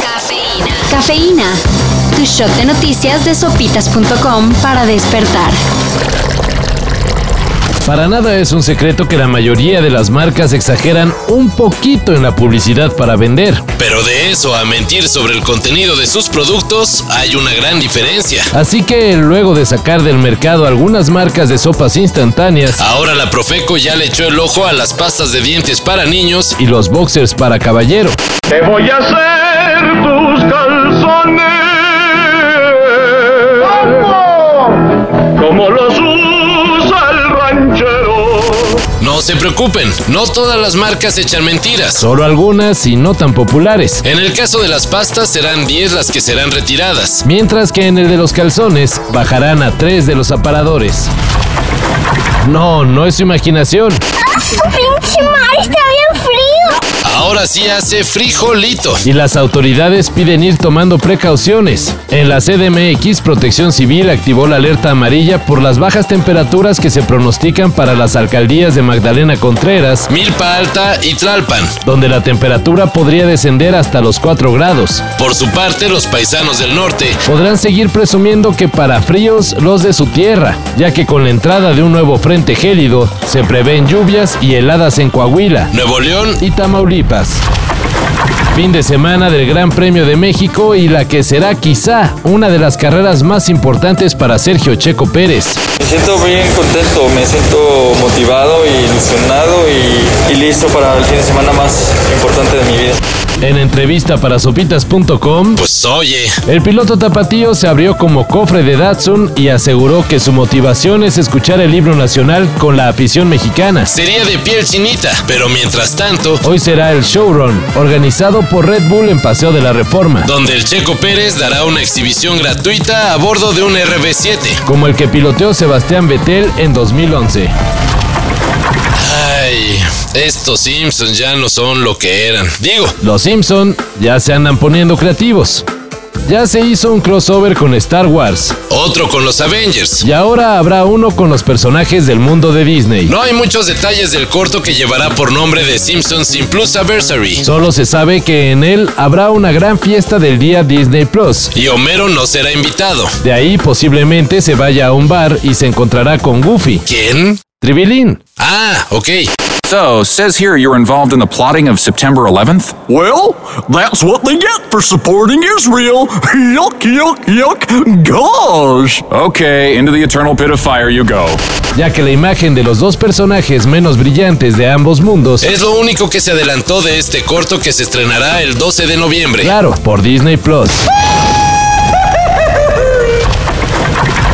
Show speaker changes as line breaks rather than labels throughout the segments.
Cafeína. Cafeína. Tu shot de noticias de sopitas.com para despertar.
Para nada es un secreto que la mayoría de las marcas exageran un poquito en la publicidad para vender. Pero de eso a mentir sobre el contenido de sus productos hay una gran diferencia. Así que luego de sacar del mercado algunas marcas de sopas instantáneas, ahora la Profeco ya le echó el ojo a las pastas de dientes para niños y los boxers para caballero.
Te voy a hacer tus calzones. Como los usa el ranchero.
No se preocupen, no todas las marcas echan mentiras, solo algunas y no tan populares. En el caso de las pastas serán 10 las que serán retiradas, mientras que en el de los calzones bajarán a 3 de los aparadores. No, no es su imaginación.
pinche mar está bien frío.
Ahora sí hace frijolito. Y las autoridades piden ir tomando precauciones. En la CDMX, Protección Civil activó la alerta amarilla por las bajas temperaturas que se pronostican para las alcaldías de Magdalena Contreras, Milpa Alta y Tlalpan, donde la temperatura podría descender hasta los 4 grados. Por su parte, los paisanos del norte podrán seguir presumiendo que para fríos los de su tierra, ya que con la entrada de un nuevo frente gélido se prevén lluvias y heladas en Coahuila, Nuevo León y Tamaulipas. Fin de semana del Gran Premio de México y la que será quizá una de las carreras más importantes para Sergio Checo Pérez.
Me siento bien contento, me siento motivado y ilusionado y, y listo para el fin de semana más importante de mi vida.
En entrevista para sopitas.com, pues oye, el piloto tapatío se abrió como cofre de Datsun y aseguró que su motivación es escuchar el libro nacional con la afición mexicana. Sería de piel chinita, pero mientras tanto, hoy será el showrun organizado por Red Bull en Paseo de la Reforma, donde el Checo Pérez dará una exhibición gratuita a bordo de un RB7, como el que piloteó Sebastián Vettel en 2011. Ay, estos Simpsons ya no son lo que eran. Digo, los Simpson ya se andan poniendo creativos. Ya se hizo un crossover con Star Wars. Otro con los Avengers. Y ahora habrá uno con los personajes del mundo de Disney. No hay muchos detalles del corto que llevará por nombre de Simpsons in Plus Anniversary. Solo se sabe que en él habrá una gran fiesta del día Disney Plus. Y Homero no será invitado. De ahí posiblemente se vaya a un bar y se encontrará con Goofy. ¿Quién? Tribilín. Ah, ok.
So, says here you're involved in the plotting of September 11th?
Well, that's what they get for supporting Israel. Yuck, yuck, yuck. Gosh.
Okay, into the eternal pit of fire you go.
ya que la imagen de los dos personajes menos brillantes de ambos mundos es lo único que se adelantó de este corto que se estrenará el 12 de noviembre. Claro, por Disney Plus.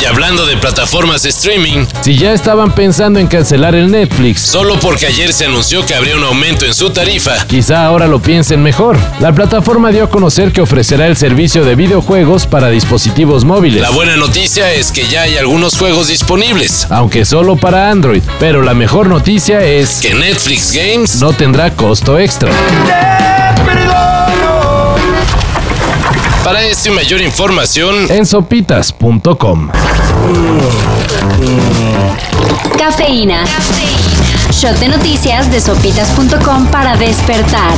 Y hablando de plataformas de streaming, si ya estaban pensando en cancelar el Netflix, solo porque ayer se anunció que habría un aumento en su tarifa, quizá ahora lo piensen mejor. La plataforma dio a conocer que ofrecerá el servicio de videojuegos para dispositivos móviles. La buena noticia es que ya hay algunos juegos disponibles, aunque solo para Android, pero la mejor noticia es que Netflix Games no tendrá costo extra. Para esto y mayor información en sopitas.com.
Cafeína. Shot de noticias de sopitas.com para despertar.